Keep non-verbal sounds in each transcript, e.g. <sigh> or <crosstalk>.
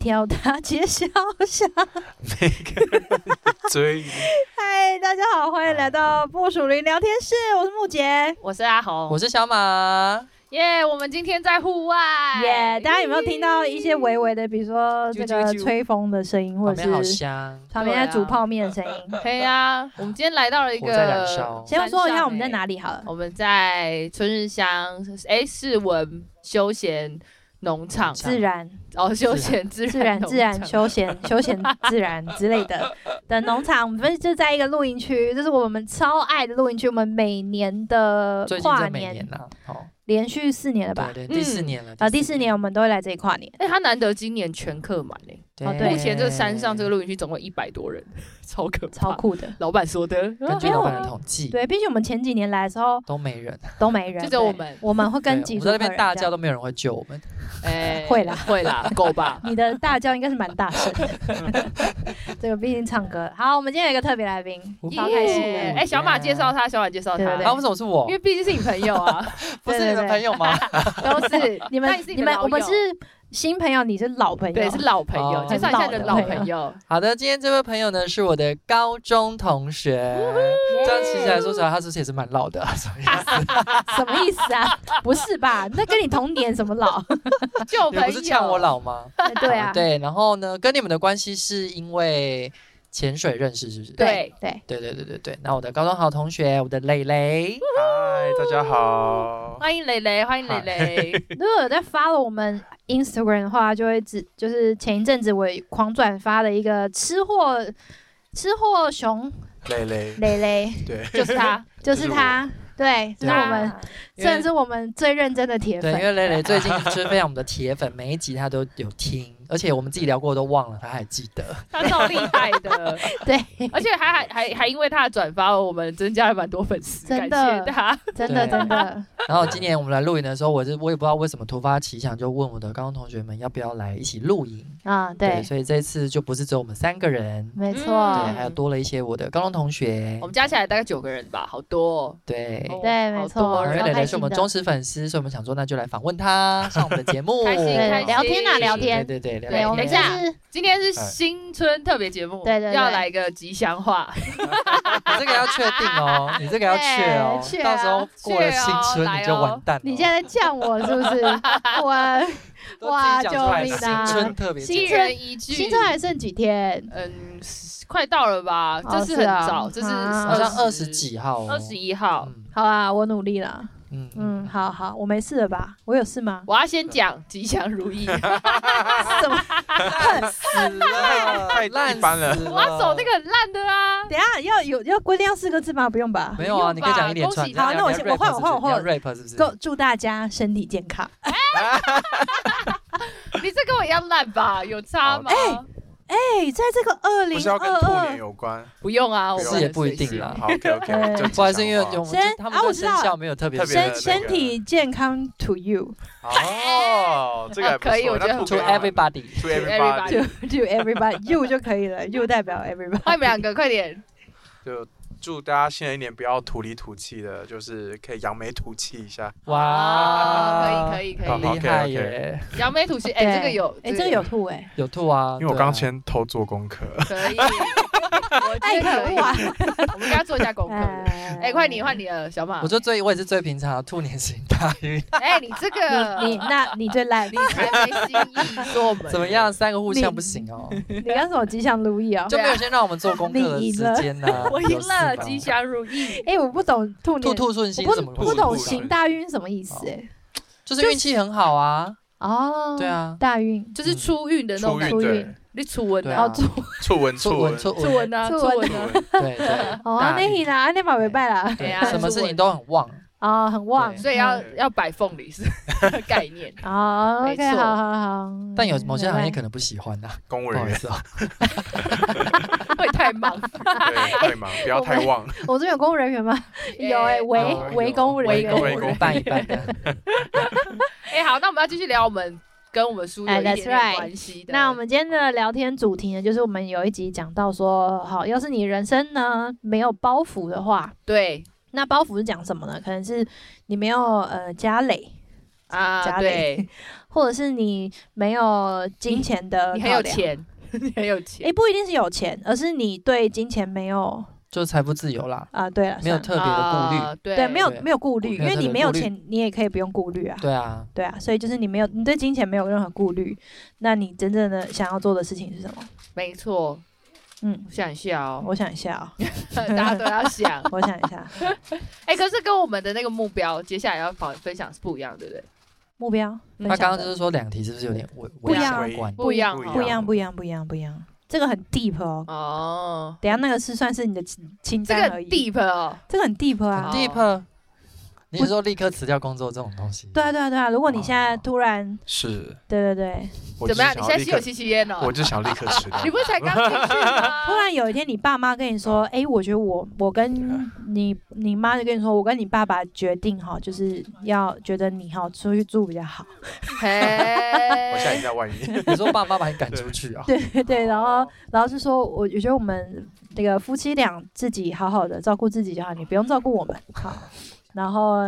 跳大街小巷。每个人 <laughs> 的追忆。嗨，大家好，欢迎来啊到部署林聊天室，我是木杰。我是阿红，我是小马，耶我们今天在户外，耶、大家有没有听到一些微微的，比如说这啾个啾啾吹风的声音，或旁者边好啊是香，旁边在煮泡面的声音？嘿呀、我们今天来到了一火在燃个烧先山上说一下我们在欸哪里好了。我们在春日乡，哎，市文休闲农场，自自 <laughs> 然、哦，休闲自然自然、农自然、场休闲、休闲、自然之类的的农场，我们分就在一个露营 <laughs> 区，这是我们超爱的露营区。我们每年的最近跨这每年年，啦，哦，连续四年了吧？对嗯对，第四年了，啊，第四年，我们都会来这里跨年。哎，他难得今年全客满哎、哦对目前这个山上这个露营区总共一百多人， <laughs> 超可怕。超酷的。老板说的，根据老板的统计，对，毕竟我们前几年来的时候都没人，啊都没人，就只有我对们我们会跟对几我组们在那边大客人叫都没有人会救我们，哎、 <laughs> 会啦会啦，够吧这？ <laughs> 样。你的大叫应该是蛮大声的， <laughs> 这个毕竟唱歌。好，我们今天有一个特别来宾，超开心啊耶哎、的。小马介绍他，小马介绍他，对对对啊，为什么是我因？为毕竟是你朋友啊，不是你对对们对朋友吗？ <laughs> 都是你们那也是你的你们老我们友是新朋友，你是老朋友，对，是老朋友，哦介绍一下你的很老老的朋友。 <laughs> 好的，今天这位朋友呢是我的高中同学，这样其实来说实话，他是不是也是蛮老的？啊 <laughs> 所以什么意思啊？不是吧？那跟你同年什么 <laughs> 老？旧 <laughs> 你朋们友不是呛我，老吗？对啊，哦对，然后呢，跟你们的关系是因为潜水认识，是不是？对对，对对对对对，那我的高中好同学，我的蕾蕾，嗨，大家好。欢迎蕾蕾，欢迎蕾蕾。如果有在 follow 我们 Instagram 的话，就会只就是前一阵子我也狂转发的一个吃货吃货熊蕾蕾，蕾蕾，对， <laughs> 就 <laughs> 是啊他，就是他，对，是对我们，因为算是我们最认真的铁对，因粉。为蕾蕾最近是非常我们的铁粉，每一集她都有听，而且我们自己聊过都忘了，她还记 <laughs> 得。他超厉害的，对，而且还还还还因为他的转发，我们增加了蛮多粉丝，感真的谢 <laughs> 他。真的对真的，然后今年我们来露营的时候，我是我也不知道为什么突发奇想，就问我的高中同学们要不要来一起露营。啊，对，所以这次就不是只有我们三个人，没对，错嗯，还有多了一些我的高中同学我，哦们加起来大概九个人吧，好多哦。对。哦对，好没多错，因人为超蕾开蕾是心我们的。忠实粉丝，所以我们想说，那就来访问她，上我们的 <laughs> 节目，开心对，开心聊天啊，聊天。对对对，对，我聊们等一天就下是今天是哎新春特别节目，对对对要来一个吉祥话， <laughs> 你这个要确定哦， <laughs> 你这个要确哦对确，啊到时候过了新确哦来哦春你就完蛋了。你现在在呛我是不是？我哇都自己讲出来救命啊新春特别新一节春人一句。新春还剩几天？嗯，快到了吧？哦这是很是啊早，这是啊好像二十，几号哦，二十一号。嗯，好啦，我努力啦。嗯嗯，，好好，我没事了吧？我有事 <laughs> 吗？我要先讲吉祥如 <laughs> 意，什么？嗯死了，太烂一般了 <laughs> 死我要走那个很烂的 <laughs> 啊。等一下要有要规定要四个字吗？不用吧。没有啊，你可以讲一连恭喜串。好你那我要先 rap 我换我换我换是不是你要 rap 是不是？祝祝大家身体健康。你这跟我一样烂吧？有差吗？哎，在这个二不零是要跟兔二年二，有关？不用啊，我不们用是也不一定啦好。，OK OK，对就不好意思，因为我就们先他啊们我对知道生肖没有特别特别的身那个身体健康 to you 哦，这个还不错啊可以我觉得那兔，to 年有关 everybody。 to everybody everybody， to <laughs> to everybody you 就可以了，you 代表 everybody。换你们两个，<laughs> 快点！就祝大家新的一年不要土里土气的，就是可以扬眉吐气一下。哇，哦可以可以好可好厉害耶！以，扬眉吐气，哎，啊对这个有， <laughs> 哎，这个有吐哎，有兔啊，因为我刚对啊啊先偷做功课，可 <laughs> 以，我哎觉得可以可恶啊，我们给他做一下功课。哎，快你换你了，小马我。就最我也是最平常的兔年行大运，哎，你这个你你那你最烂，你才没新意，说我们怎么？样？三个互你相不行哦，你刚说我吉祥如意啊？就没有先让我们做功课的你赢时了间呢？我有赢事了，吗吉祥如意。哎，我不懂兔兔年，兔顺心我怎么不回不事？懂兔行大运什么意思哦哎？就是运气很好啊，哦，对，啊，大运就是初运的那种初感运觉，初对运，你初文对啊，啊哦，祝初文初文初初文文啊，初初文文初啊，文，对对，哦，大安运尼啦，安尼嘛袂歹啦，对啊什么事情都很旺，哦，很旺，所以要嗯要摆凤梨是 <laughs> 概念。哦没，OK，错好好好， <laughs> 但有某些行业能可能不喜欢呐，公务不人好意员思哦。会太忙，对 <laughs> 太忙，不要太旺。我这边有公务人员吗？有哎，围有围公务人围员攻，围我办一办的， <laughs> 哎、好，那我们要继续聊我们跟我们书有一哎点 that's 点 right 关系的。那我们今天的聊天主题呢，就是我们有一集讲到说，好，要是你人生呢没有包袱的话，对那包袱是讲什么呢？可能是你没有呃家累，啊，家里 <laughs> 对，或者是你没有金钱的你很有考量，钱， <laughs> 你很有诶、钱，不一定是有钱，而是你对金钱没有就是财富自由啦，啊、对了，没有算了特别的顾虑。啊对对，没有对没有顾虑，没因有为特你别没有顾虑钱，你也可以不用顾虑啊。对啊，对啊，所以就是你没有，你对金钱没有任何顾虑，那你真正的想要做的事情是什么？没错，嗯，我想一下哦，我想一下啊、 <laughs> 大家都要想。 <laughs> 我想一下，啊哎、可是跟我们的那个目标，接下来要分分享是不一样，对不对？目标。分嗯他享刚刚的就是说两题是不是有点微不微一样相关？不一样哦，不一样，不一样，不一样，不一样。这个很 deep 哦。哦，等一下那个是算是你的清清这单个而很已。 deep 哦，这个很 deep 啊好。 deep，你是说立刻辞掉工作这种东西？对啊，对啊，对啊。如果你现在哦突然，是，对对啊对，我怎么样？你就现想要在心立有刻，戚戚焉哦我？就想立刻吃掉。 <laughs> 你不是才刚进去 <laughs> 突吗？然有一天你爸妈跟你说，哎，我觉得我我跟你你妈就跟你说，我跟你爸爸决定哈，就是要觉得你哈出去住比较好。嘿，我现在已经在外 <laughs> 面，你说爸妈把你赶出去啊？ <laughs> 对对，然后然后是说，我我觉得我们那个夫妻俩自己好好的照顾自己就好，你不用照顾我们。好，然后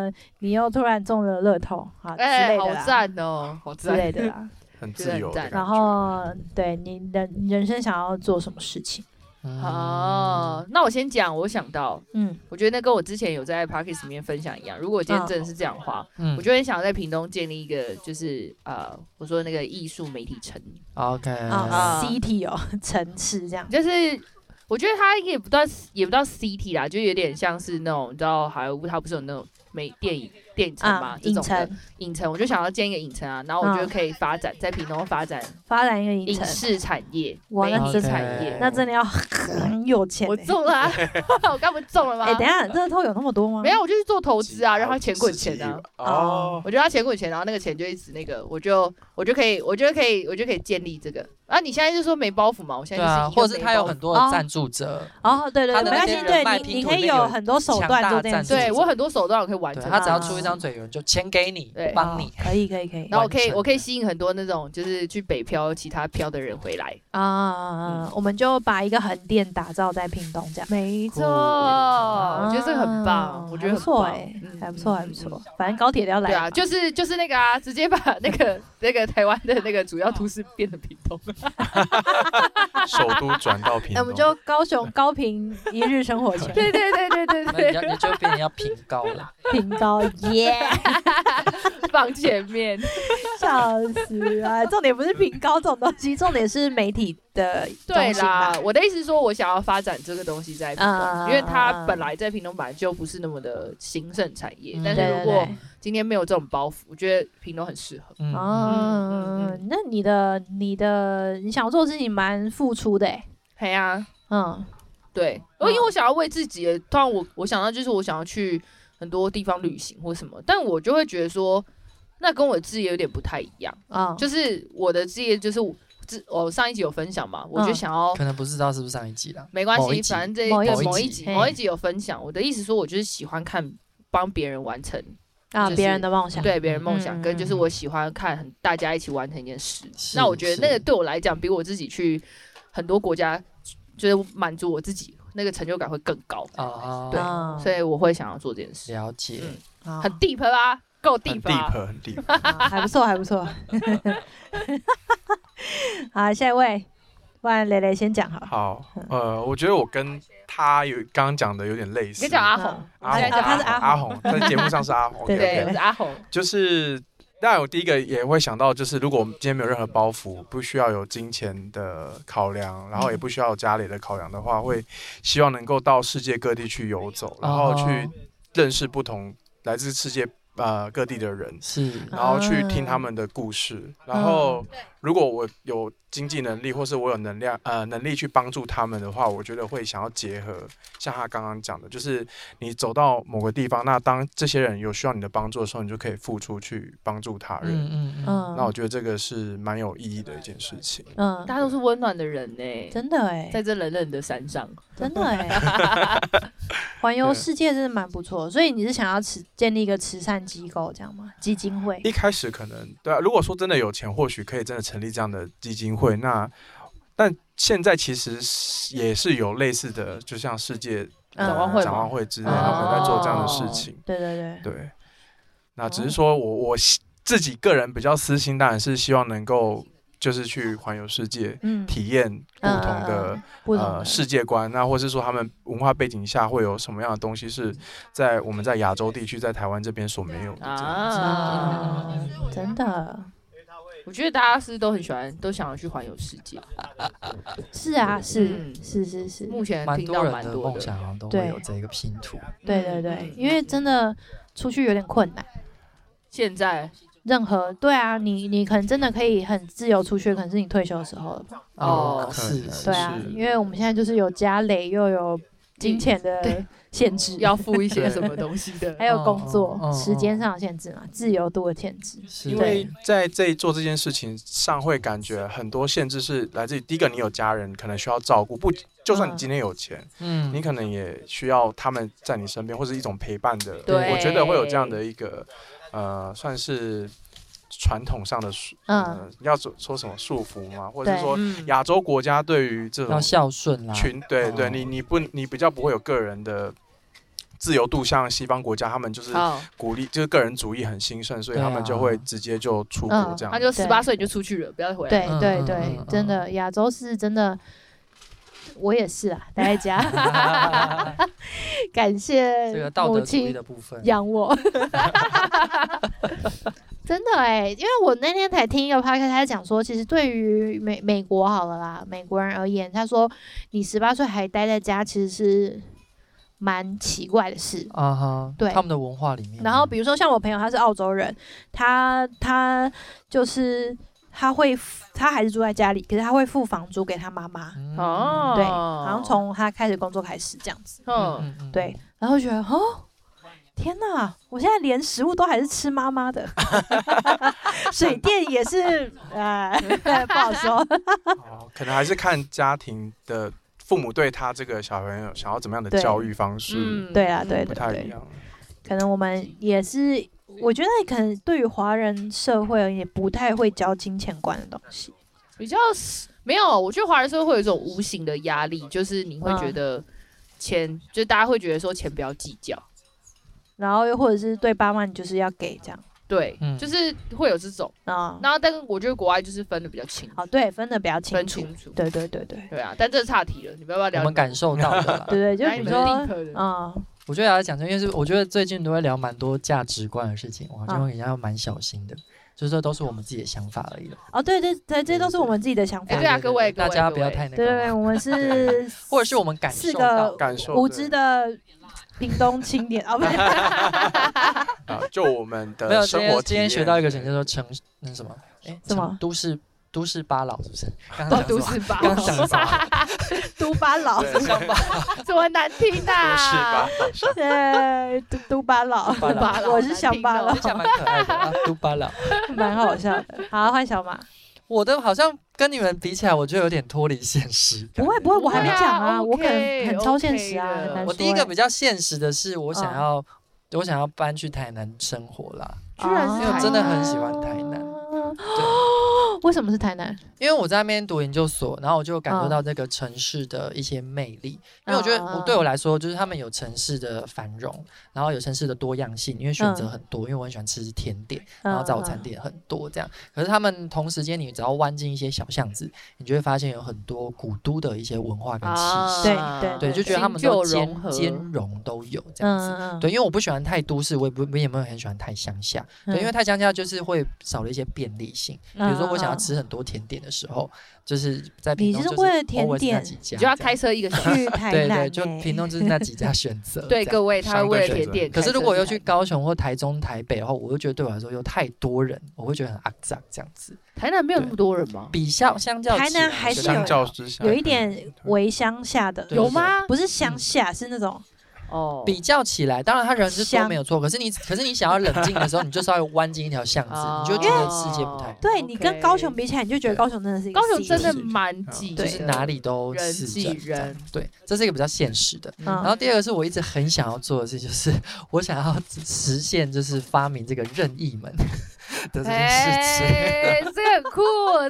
你又突然中了乐透啊之哎、类的好啦，赞哦，好之赞类的啦。很自由的感觉。然后对你人你人生想要做什么事情？<laughs> 嗯哦，那我先讲，我想到，嗯我觉得那跟我之前有在 p a r k e s 里面分享一样，如果我今天真的是这样的话，嗯我就会想要在屏东建立一个，就是呃，我说那个艺术媒体城， OK 啊，city 哦，城市这样。就是我觉得它也不到也不到 CT 啦，就有点像是那种你知道好莱坞它不是有那种美电影电影城嘛、啊，这影种的城影城，我就想要建一个影城啊，然后我觉得可以发展、在屏东发展发展一个影影城，视产业、哇媒那体真产的业。那真的要很有钱我欸。中了、啊， <laughs> 我刚不是中了吗？哎，等一下，乐透有那么多吗？没有，我就去做投投 <laughs> 资啊，让他钱滚钱啊。哦，我觉得他钱滚钱，然后那个钱就一直那个，我就我就可以，我就可以，我就可以建立这个。啊，你现在就说没包袱嘛，我现对在就是一个没包啊，袱，或者是他有很多哦的赞助者，哦，对对他对，的没关那系，些人脉对拼你你图可里以面有有很多手强段大做的这件赞事助情。对我很多手段我可以完对成，他的只要啊出一张嘴，有人就钱给你对，帮你。哦可以可以可以然后我可完以成我可以吸引很多那种就是去北漂其他漂的人回来。啊啊啊啊！我们就把一个横店打造在屏东这样。没错我我觉得这个很啊棒，我觉得还很不错棒哎嗯，还不错还不嗯嗯错，反正高铁都要来对了啊，嘛。就是就是那个啊，直接把那个那个台湾的那个主要都市变成屏东。首都转到屏那 <laughs> 东，哎我们就高 <laughs> 雄高平一日生活圈，对对对对对那你对，要你就变成要平高了，平高耶，放前面。笑死啊！重点不是平高这种东西，重点是媒体的对中心吧啦，，我的意思是说，我想要发展这个东西在屏嗯东，嗯因为嗯它嗯本来在屏东本来就不是那么的兴盛产业嗯，但对是对如果对，今天没有这种包袱，我觉得屏东很适合。嗯，哦嗯嗯嗯，那你的你的你想做的事情蛮付出的欸，嘿啊，嗯对，嗯哦因为我想要为自己的，突然我我想到就是我想要去很多地方旅行或什么，但我就会觉得说，那跟我自己有点不太一样，嗯，就是我的职业就是我自我上一集有分享嘛，我就嗯想要可能不知道是不是上一集啦。没关某一系，集反正这某一对集某一集嘿某一集有分享。我的意思说，我就是喜欢看帮别人完成啊就是别人的梦想，对别人梦想，嗯跟就是我喜欢看很大家一起完成一件事。是那我觉是得那个对我来讲，比我自己去很多国家，就是满足我自己那个成就感会更高。哦，对嗯啊所以我会想要做这件事，了解。嗯好很 deep 吧？够很 deep 吧？ deep 很 deep。好啊还不错还不错。 <laughs> 好，下一位，不然蕾蕾先讲好了。 <laughs> 好，呃，我觉得我跟他有刚刚讲的有点类你似。可以叫阿红，嗯阿啊红，他是阿红， <laughs> 在节目上是阿红。对 OK，OK 对，我是阿红，就是，当然我第一个也会想到，就是如果我们今天没有任何包袱，不需要有金钱的考量，然后也不需要有家里的考量的话，会希望能够到世界各地去游走，然后去哦认识不同来自世界呃各地的人。是然后去听他们的故事，然后如果我有经济能力，或是我有能量呃能力去帮助他们的话，我觉得会想要结合像他刚刚讲的，就是你走到某个地方，那当这些人有需要你的帮助的时候，你就可以付出去帮助他人。嗯嗯嗯，嗯，那我觉得这个是蛮有意义的一件事情。嗯，大家都是温暖的人呢，真的哎，在这冷冷的山上，真的哎、环游世界真的蛮不错。所以你是想要慈建立一个慈善机构这样吗？基金会？一开始可能对啊，如果说真的有钱，或许可以真的成立这样的基金会。那但现在其实是也是有类似的，就像世界嗯展望会展吗望哦会之类，他们在做这样的事情。对对对，对，那只是说我我希自己个人比较私心，当然是希望能够就是去环游世界，嗯，体验不同的、不同呃的世界观，那或是说他们文化背景下会有什么样的东西是在我们在亚洲地区，在台湾这边所没嗯有的。啊啊，真的我觉得大家是都很喜欢，都想要去环游世界。是啊，是嗯是是是，目前蛮听到多人蛮的多梦想好像都对会有这个拼图。对对对嗯，因为真的出去有点困难。现在任何对啊，你你可能真的可以很自由出去，可能是你退休的时候了吧？哦嗯可是能是对啊，是因为我们现在就是有家累，又有金钱的对 <laughs> 限制，要付一些什么东西 <laughs> 的 <laughs> 还有工作、嗯嗯嗯时间上的限制嘛，自由度的限制。是因为在这做这件事情上，会感觉很多限制是来自于第一个，你有家人可能需要照顾，不就算你今天有钱，嗯你可能也需要他们在你身边，或是一种陪伴的。对我觉得会有这样的一个呃，算是传统上的束，嗯呃，要说说什么束缚吗？或者是对说嗯亚洲国家对于这种要孝顺啦，呃群，对对，哦你你不你比较不会有个人的自由度，像西方国家他们就是好，鼓励，就是个人主义很兴盛，所以对啊他们就会直接就出嗯国这样。那就对十八岁你就出去了，不要回来。对嗯对嗯对嗯，真的亚洲是真的，我也是啊，待在家， <laughs> <laughs> 感这个谢道嗯母德主义亲的部分，养我。 <laughs> 真的哎、因为我那天才听一个 p o d c a s 他在讲说，其实对于美美国好了啦，美国人而言，他说你十八岁还待在家，其实是蛮奇怪的事。啊哈，对他们的文化里面，然后比如说像我朋友，他是澳洲人，他他就是他会付他还是住在家里，可是他会付房租给他妈妈，嗯哦，对好像从他开始工作开始这样子。嗯，嗯嗯对，然后觉得哦，天哪！我现在连食物都还是吃妈妈的，水电也是，呃，不好说。 <laughs> 哦可能还是看家庭的父母对他这个小朋友想要怎么样的对教育方式，嗯对啊，对不对太一对，样。可能我们也是，我觉得可能对于华人社会而言，也不太会教金钱观的东西。比较没有，我觉得华人社会会有一种无形的压力，就是你会觉得钱，就大家会觉得说钱不要计较，然后又或者是对爸妈，你就是要给这样对，嗯就是会有这种。啊。然后，但是我觉得国外就是分的比较清，好，对，分的比较哦清分楚。清楚。对对对对对啊，但这是岔题了，你们要不要我聊们感受到的啦。对对，就来比呃你如们说，立刻的嗯，我觉得啊要讲这个，因为是我觉得最近都会聊蛮多价值观的事情，我觉得人家要蛮小心的，就是说都是我们自己的想法而已啦。哦，对对对，这都是我们自己的想法哎。对啊各位各大位家各不要位太那对对对，个，我们 <laughs> 是或者是我们感四受个到感受无知的的屏东青年啊，不是 <laughs> 啊，就我们没的有今生天活体今验天学到一个梗，叫做城那什么，哎，什么城都市都市八老是不是？刚 <laughs> 刚哦讲什都么市吧，刚 <laughs> 想什么？都巴 <laughs> 佬，对乡巴怎么难听 <laughs> 的、都市吧啊？，对，都都巴佬，巴佬巴佬我是小巴佬难我， <laughs> 讲蛮可爱的啊，都巴老。蛮好笑的。好，换小马， <laughs> 我的好像跟你们比起来，我就有点脱离现实感。不会不会，我还没不会啊讲啊， OK，我可能很超现实啊， OK 的很难我说第一个欸比较现实的是，我想嗯要、我想要搬去台南生活啦，居然是啊因为我真的很喜欢台南 <gasps> 为什么是台南？因为我在那边读研究所，然后我就感受嗯到这个城市的一些魅力。因为我觉得嗯嗯我嗯对我来说，就是他们有城市的繁荣，然后有城市的多样性，因为选择嗯很多，因为我很喜欢吃甜点，然后早餐店很多这样。可是他们同时间，你只要弯进一些小巷子，你就会发现有很多古都的一些文化跟气息。对哦对啊对，就觉得他们新旧都融合兼兼容都有这样子。嗯，嗯嗯，对，因为我不喜欢太都市，我也不我也没有很喜欢太乡下，嗯，对，因为太乡下就是会少了一些便利性。比比如说我想要吃很多甜点的时候，就是在嗯你屏东是就是为了 always 甜那点几家你就要这开样车一个小时。去台 <laughs> 对南对，欸，就屏东就是那几家选择对这样。各位，他会为了甜点开可车是去台南，如果又去高雄或台中、台北的话，我就觉得对我来说又太多人，我会觉得很肮脏这样子。台南，没有那么多人吗？比较相较起来，台南还是有相较之下有一点为乡下的，对有吗？不是乡嗯下，是那种哦，比较起来，当然他人是多香没有错，可是你可是你想要冷静的时候，你就稍微弯进一条巷子，你就觉得哦世界不太一样，对你跟高雄 OK 比起来，你就觉得对高雄真的是一个高雄 city 真的蛮挤的，对就是哪里都人是挤这样人对，这是一个比较现实的。嗯然后第二个是我一直很想要做的事，情，就是 <laughs> 我想要 <laughs> 实现就是发明这个任意门的这件事情。哎，这很酷，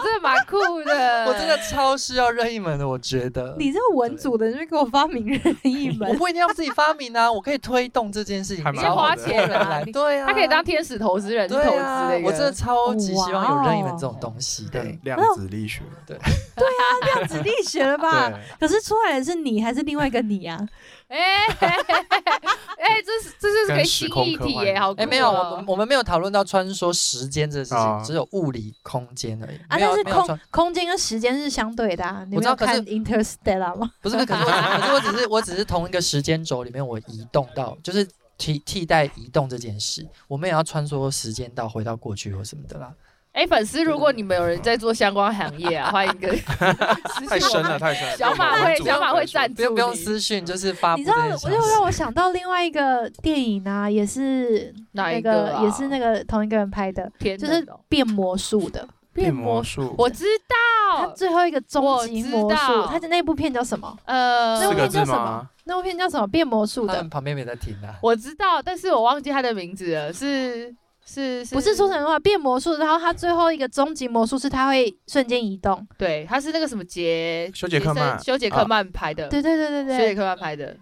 真的蛮酷的。 <laughs> 我真的超需要任意门的，我觉得。你这个文组的，你就给我发明任意我门， <laughs> 不一定要自己发明啊， <laughs> 我可以推动这件事情，还你蛮知道好吗的多人来对啊，他可以当天使投资人去投对资啊的一个。我真的超级希望有任意门哇哦这种东西的。量子力学，量子力学了吧？对，可是出来的是你还是另外一个你 <laughs> 啊？哎嘿嘿嘿嘿哎，这是这就是个跟新时空议科题幻耶，好酷哎、哦！没有，我们我们没有讨论到穿梭时间这个事情，啊只有物理空间而已。啊，没有但是没有穿空空间跟时间是相对的啊。你我没知道有可是看 Interstellar 吗？不是，可是我可是我只是我只是同一个时间轴里面，我移动到就是替替代移动这件事，我们也要穿梭时间到回到过去或什么的啦。哎，粉丝，如果你们有人在做相关行业啊，欢迎 <laughs> 跟私太信我深了，们太深了。小马会小马会赞不助用你，不用私讯，啊就是发布你这知道，件我事。就让我想到另外一个电影啊，也是 <laughs> 哪那一个个啊？也是那个同一个人拍的，天就冷是哦变魔术的。变魔术，我知他道，最后一个终极我知魔术道，他的那部片叫什么？呃，那四部个片字叫什么吗？？那部片叫什么？变魔术他的们，旁边没在听啊。我知道，但是我忘记他的名字了，是是是，不是说成的话变魔术，然后他最后一个终极魔术是他会瞬间移动。对，他是那个什么杰休杰克曼森休杰克曼拍的，哦对对对休对杰对，克曼拍的，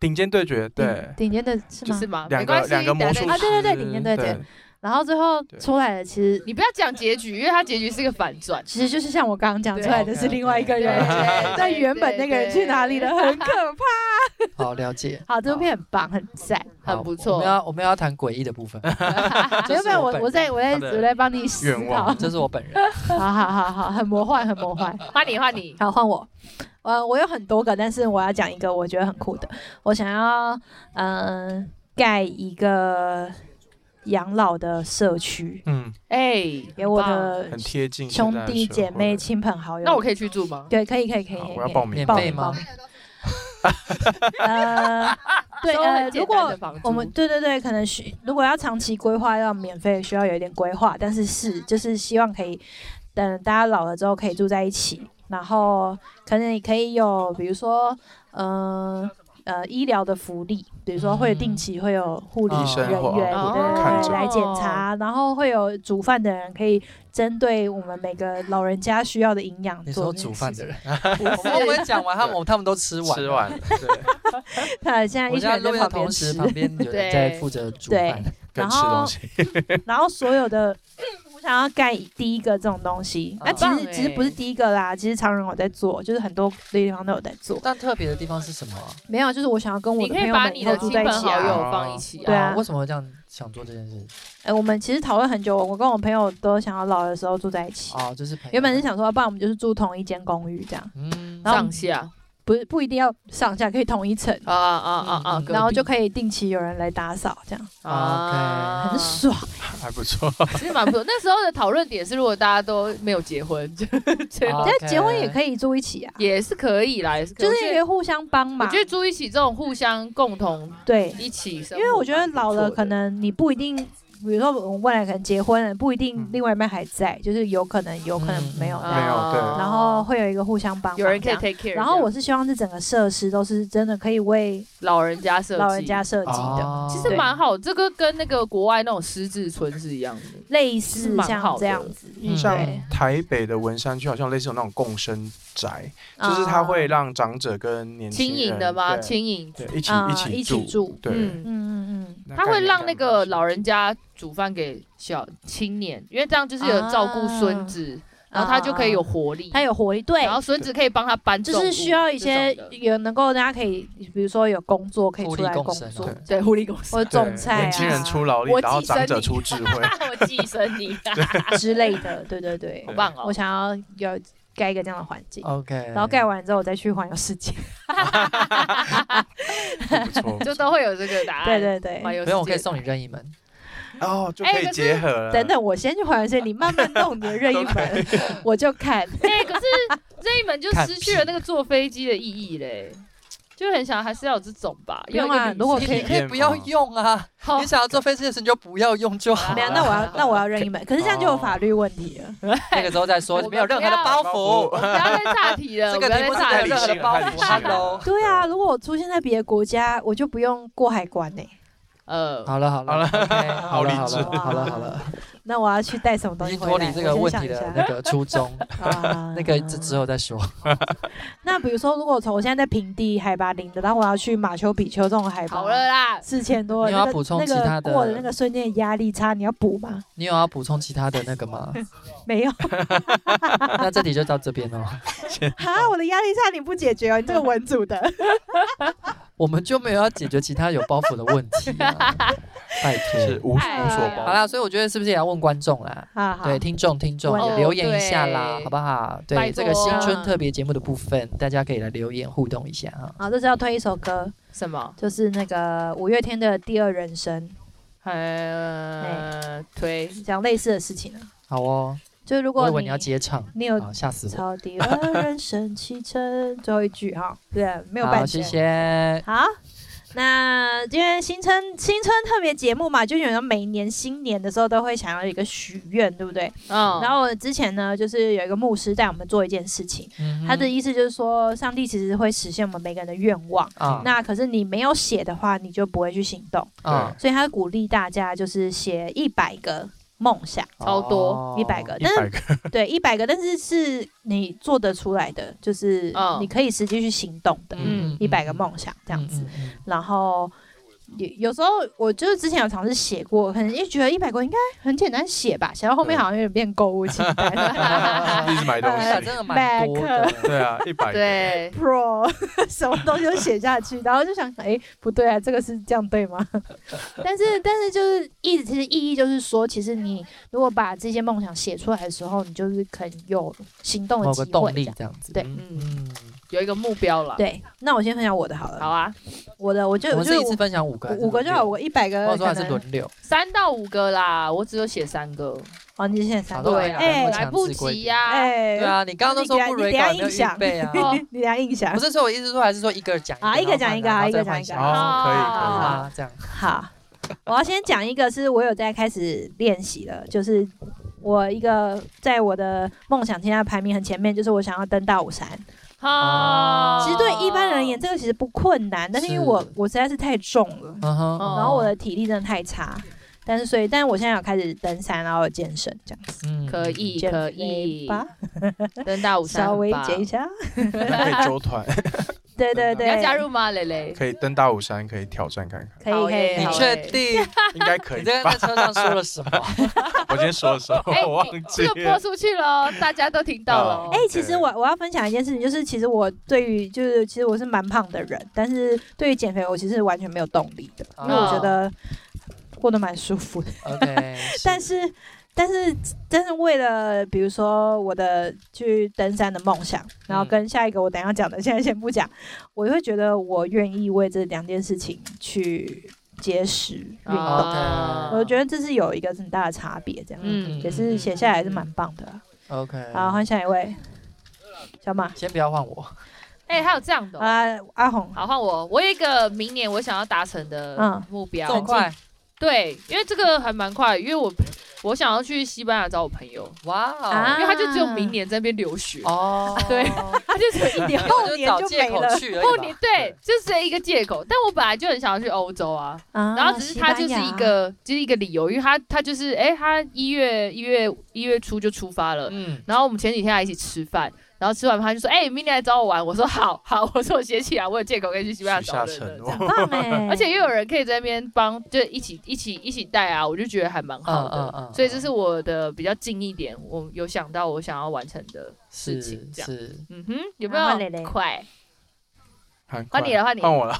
顶尖对决，对顶，顶尖的是就吗是？吗？两没关个系两个魔等术一师，下再啊对讲对对顶尖对决然后最后对出来的其实你不要讲结局，因为他结局是个反转。其实就是像我刚刚讲出来的对是另外一个对人， <laughs> 对但对原本那个人去哪里了，很可 <laughs> 怕。好了解，好，这部片很棒， <laughs> 很赞。好很不错我们要我们要谈诡异的 <laughs> 部分，这原是本我我本我在人我在他的我在帮你思愿考 <laughs> 望，这是我本人。好好好好，很魔幻，很魔幻。换你，换你。好，换我。呃，我有很多个，但是我要讲一个我觉得很酷的。我想要嗯、呃盖一个养老的社区，嗯，哎，给我很棒，的很贴近现嗯兄在的弟社姐妹、会亲朋好友。那我可以去住吗？对，可以可以可以好可以。我要可以报名免报费名吗报名 <laughs> 呃，对收很呃，简如单果的房租我们对对对，可能需如果要长期规划要免费，需要有一点规划，但是是就是希望可以等大家老了之后可以住在一起，然后可能也可以有比如说呃呃医疗的福利，比如说会定期会有护理嗯医生人或员哦对啊看对诊来检查，然后会有煮饭的人可以针对我们每个老人家需要的营养你做说这件煮饭事的情 <laughs> 人，我们讲完他们，他们都吃完，吃。完了，对，他现在我一群现在人录在音旁的边同时，吃，旁边 <laughs> 有人在负责煮饭。跟然吃东后西， <laughs> 然后所有的我想要盖第一个这种东西，那、嗯其很实棒欸其实不是第一个啦，其实常人我在做，就是很多地方都有在做。但特别的地方是什么啊？没有，就是我想要跟我你的可朋以友把们你以的后亲住在一朋起好啊。哦友放一起对啊。啊为什么会这样想做这件事？哎、我们其实讨论很久，我跟我朋友都想要老的时候住在一起。哦，就是朋友啊原本是，想说，不然我们就是住同一间公寓这样，嗯，然后上下不是不一定要上下，可以同一层，啊啊啊啊嗯！隔然后壁就可以定期有人来打扫，这样啊，嗯很爽。还不错。其实蛮不错。那时候的讨论点是，如果大家都没有结婚，就就啊但 OK 结婚也可以住一起啊，也是可以啦，也是可以就是我也觉可以得互相帮忙。我觉得住一起这种互相共同对，一起生活蛮不错的，因为我觉得老了，可能你不一定，比如说我们未来可能结婚了，不一定嗯另外一半还在，就是有可能有可能嗯没有嗯这没样，有对然后会有一个互相帮忙，啊哦有人可以。take care。然后我是希望是整个设施都是真的可以为老人家设计，老人家设计的，哦其实蛮好，这个跟那个国外那种失智村是一样的。类其实似蛮好像的这样子，嗯对像嗯台北的文山区好像类似有那种共生宅，就是它会让长者跟年轻啊轻人盈的吗？对轻盈，对一起啊一一起起住，住，对，嗯嗯，嗯嗯，那他概会念让感那蛮个像老人家煮饭给小青年，因为这样就是有照顾孙子，然后他就可以有啊，活力，他有活力，对然，后孙子可以帮他搬重就物，是需要一些这种 <laughs> 的有能够大家可以，比如说有工作可以互出利来共工生啊作，对对，护理公 <laughs> 司。或者种对菜年轻人啊出劳力我，然后寄长生者你出智慧，我寄生你，啊之类的，对对对好，哦棒哦！我想要有盖一个这样的环境， OK，然后盖完之后我再去环游世 <laughs> 界。不错。就都会有这个答案。对对对，环游世没界，有，我可以送你任意门。哦，就哎可以可是结合了。等等，我先去环游世界，你慢慢弄你的任 <laughs> 意门，我就看。哎、可是这一门就失去了那个坐飞机的意义嘞，就很想还是要有这种吧。不用要啊一个旅如果行可以哦你可以不要用啊，好 <laughs> 你想要坐飞机的时候你就不要用就好没有，了。哎那我要那我要任意门，可是这样就有法律问题哦了。 <laughs> 那个时候再说，我没有任何的包我袱。们不要再岔题了，这个我题们目不是要再岔没有题任何的包太理性袱。了 Hello，对啊，如果我出现在别的国家，我就不用过海关呢。欸呃，好了好了好了 OK，好好理了好智了好了好了，那我要去带什么东已西经回脱来？离这个我问先想题一的下。那个初衷， <laughs> 啊 <laughs> 那个这之后再说。 <laughs> 那比如说，如果从我现在在平地海拔零的，然后我要去马丘比丘这种海拔，好了啦，四千多的，你有要补充那个其他那个的过的那个瞬间的压力差，你要补吗？你有要补充其他的那 <laughs> 个吗？没有那这里就到这边哦，哈，我的压力差你不解决哦，你这个文组的。我们就没有要解决其他有包袱的问题 <laughs> 啊，拜是托。无无哎呀所好包。啦，所以我觉得是不是也要问观众啦？ <laughs> 好好，对，听众听众哦也留言一下啦，对好不好？拜对，托这个新春特别节目的部分，大家可以来留言互动一下啊。好，这是要推一首歌，什么？就是那个五月天的《第二人生哎呃，推》，讲类似的事情啊。好哦，就是如我果以为你你要接唱，你有好吓 <laughs> 死我。超第二人生启程，最后一句哈，对，没有好，版谢权。谢。好，那因为新春新春特别节目嘛，就有人每年新年的时候都会想要有一个许愿，对不对？哦嗯，然后我之前呢，就是有一个牧师带我们做一件事情，嗯哼他的意思就是说，上帝其实会实现我们每个人的愿望。啊那可是你没有写的话，你就不会去行动，哦啊所以他鼓励大家就是写一百个梦想， <laughs> 超多哦100个一但是百个对，一百个，但是是你做得出来的，就是嗯你可以实际去行动的，嗯一百个梦想这样子。嗯嗯嗯然后有有时候我就是之前有尝试写过，可能也觉得一百个应该很简单写吧，写到后面好像有点变购物清 <laughs> 单一直 <laughs> 买东哎呀西，真的蛮多的。对啊，一百个。对， ，Pro <laughs> 什么东西都写下 <laughs> 去，然后就想，哎，不对啊，这个是这样对吗？ <laughs> 但是但是就是意其实意义就是说，其实你如果把这些梦想写出来的时候，你就是很有行动的某个机会动这力样。这样子，对嗯，有一个目标了。，对，那我先分享我的好了。好啊，我的我就我我们就是一五次分享五个还是轮流，五个就好，我一百个呃或者说可还是能轮流，三到五个啦，我只有写三个。哦，你现在三好个的对啊，哎我来不及呀。哎对，啊，你刚刚都说不你等蕊一下你等稿，没有一下预备啊，哦 <laughs> 你俩印象不是说我意思说，还是说一个讲啊一个讲一个然后一个讲再换一个下好哦好啊，这样好，我要先讲一个是我有在开始练习了，就是我一个在我的梦想清单排名很前面，就是我想要登大武山。好，其实对一般人而言，这个其实不困难，但是因为我是我实在是太重了，嗯哼，哦然后我的体力真的太差，但是所以，但是我现在有开始登山，然后有健身这样子。嗯可以减可肥以，吧，等到五三稍微减一下。下。可以周团，对对你对，要加入吗，蕾 <laughs> 蕾？可以登大武山，可以挑战看看，可以可以可你以好确欸定？应该可 <laughs> <laughs> 你以刚吧刚在？车上说了 <laughs> 什么？我今天说的时候 <laughs> 哎，我你忘记这个播了，出去了，大家都听到了。哎、其实我我要分享一件事情，就是其实我对于就是其实我是蛮胖的人，但是对于减肥我其实完全没有动力的，因为我哦觉得过得蛮舒服的。 OK，但是但是但是为了比如说我的去登山的梦想，然后嗯跟下一个我等一下讲的，现在先不讲，我就会觉得我愿意为这两件事情去节食运动，啊我觉得这是有一个很大的差别，这样、嗯也是写下来是蛮棒的啊、 OK，好，换下一位，小马。先不要换我，哎，还有这样的哦。啊，阿 <laughs> 红，好，换我。我有一个明年我想要达成的嗯目标这，么快？对，因为这个还蛮快，因为我我想要去西班牙找我朋友，哇哦啊因为他就只有明年在那边留学，哦，对他 <laughs> 就是你后就年找就借没口了去而已吧。后年对，这是一个借口。但我本来就很想要去欧洲啊，啊然后只是他就是一，个就是一个理由，因为他他就是哎、他一月一月一月初就出发了，嗯，然后我们前几天还一起吃饭，然后吃完饭他就说哎、明天来找我玩，我说好好，我说我写起来，我有借口可以去西班牙许找下人了承这诺 <laughs> 样。西班 <laughs> 牙很棒哎， <laughs> 而且又有人可以在那边帮，就一起一起一起带啊，我就觉得还蛮好的。嗯嗯嗯所以这是我的比较近一点，我有想到我想要完成的事是情，这样。是，嗯哼，有然后蕾没蕾有快？很快换你了，换你。换我了。